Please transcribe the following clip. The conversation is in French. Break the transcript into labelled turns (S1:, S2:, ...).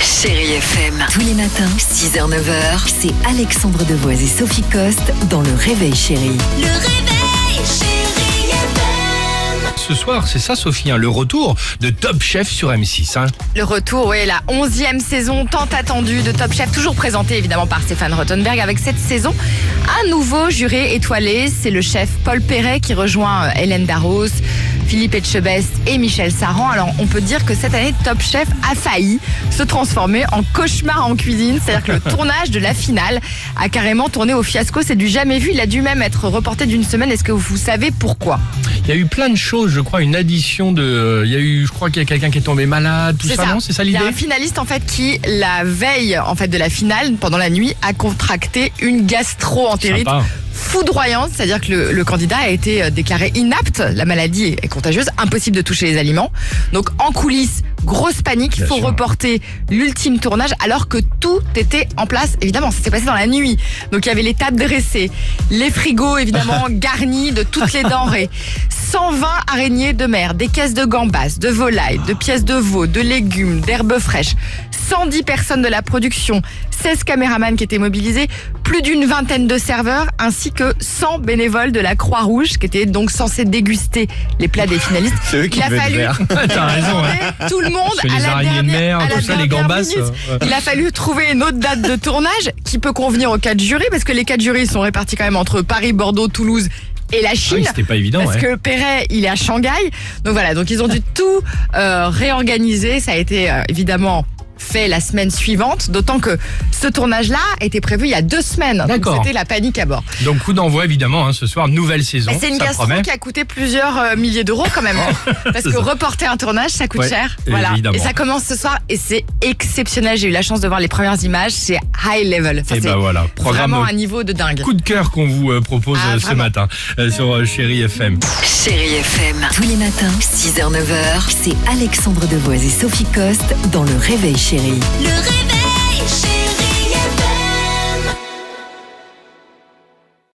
S1: Chérie FM. Tous les matins, 6h, 9h, c'est Alexandre Devoise et Sophie Coste dans Le Réveil Chérie.
S2: Le réveil, chérie FM.
S3: Ce soir, c'est ça, Sophie, hein, le retour de Top Chef sur M6. hein.
S4: Le retour, oui, la 11e saison tant attendue de Top Chef, toujours présentée évidemment par Stéphane Rottenberg. Avec cette saison, un nouveau juré étoilé, c'est le chef Paul Perret qui rejoint euh, Hélène Darros, Philippe Etchebest et Michel Saran. Alors on peut dire que cette année, Top Chef a failli se transformer en cauchemar en cuisine. C'est-à-dire que le tournage de la finale a carrément tourné au fiasco. C'est du jamais vu. Il a dû même être reporté d'une semaine. Est-ce que vous savez pourquoi
S3: Il y a eu plein de choses, je crois, une addition de. euh, Il y a eu, je crois qu'il y a quelqu'un qui est tombé malade, tout ça, non C'est ça l'idée
S4: Il y a un finaliste en fait qui la veille en fait de la finale pendant la nuit a contracté une gastro-entérite
S3: Sympa.
S4: foudroyante, c'est-à-dire que le, le candidat a été euh, déclaré inapte, la maladie est contagieuse, impossible de toucher les aliments. Donc en coulisses, grosse panique,
S3: Bien
S4: faut
S3: sûr.
S4: reporter l'ultime tournage alors que tout était en place. Évidemment, ça s'est passé dans la nuit. Donc il y avait les tables dressées, les frigos évidemment garnis de toutes les denrées. 120 araignées de mer, des caisses de gambas, de volailles, de pièces de veau, de légumes, d'herbes fraîches. 110 personnes de la production, 16 caméramans qui étaient mobilisés, plus d'une vingtaine de serveurs, ainsi que 100 bénévoles de la Croix-Rouge qui étaient donc censés déguster les plats des finalistes.
S5: C'est eux qui
S4: Il a
S5: devaient le
S4: fallu
S5: faire.
S3: T'as raison, hein.
S4: demander tout le monde
S3: Parce que
S4: à
S3: les
S4: la
S3: araignées de
S4: dernière,
S3: mer,
S4: à la
S3: tout ça, les
S4: dernière
S3: gambas,
S4: minute.
S3: euh, ouais.
S4: Il a fallu trouver une autre date de tournage qui peut convenir aux quatre jurés parce que les quatre jurés sont répartis quand même entre Paris, Bordeaux, Toulouse et la
S3: Ah
S4: Chine.
S3: oui, c'était pas évident,
S4: Parce
S3: ouais.
S4: que Perret, il est à Shanghai. Donc voilà, donc ils ont dû tout euh, réorganiser. Ça a été euh, évidemment fait la semaine suivante, d'autant que ce tournage-là était prévu il y a deux semaines. Donc,
S3: D'accord.
S4: C'était la panique à bord.
S3: Donc, coup d'envoi, évidemment, hein, ce soir, nouvelle saison.
S4: Mais Bah, c'est une
S3: ça
S4: gastro
S3: promet. Oh.
S4: qui a coûté plusieurs euh, milliers d'euros quand même. Parce
S3: C'est
S4: que
S3: ça.
S4: reporter un tournage, ça coûte
S3: Ouais,
S4: cher. Voilà.
S3: évidemment.
S4: Et ça commence ce soir et c'est exceptionnel. J'ai eu la chance de voir les premières images. C'est high level. Enfin,
S3: Et
S4: c'est
S3: ben voilà,
S4: vraiment
S3: programme
S4: un niveau de dingue.
S3: coup de cœur qu'on vous euh, propose
S4: Ah,
S3: euh, ce
S4: vraiment.
S3: matin euh, sur euh, Chérie FM.
S1: Chérie FM. Tous les matins, 6h, 9h, c'est Alexandre Devoise et Sophie Coste dans Le Réveil Chérie.
S2: Le réveil.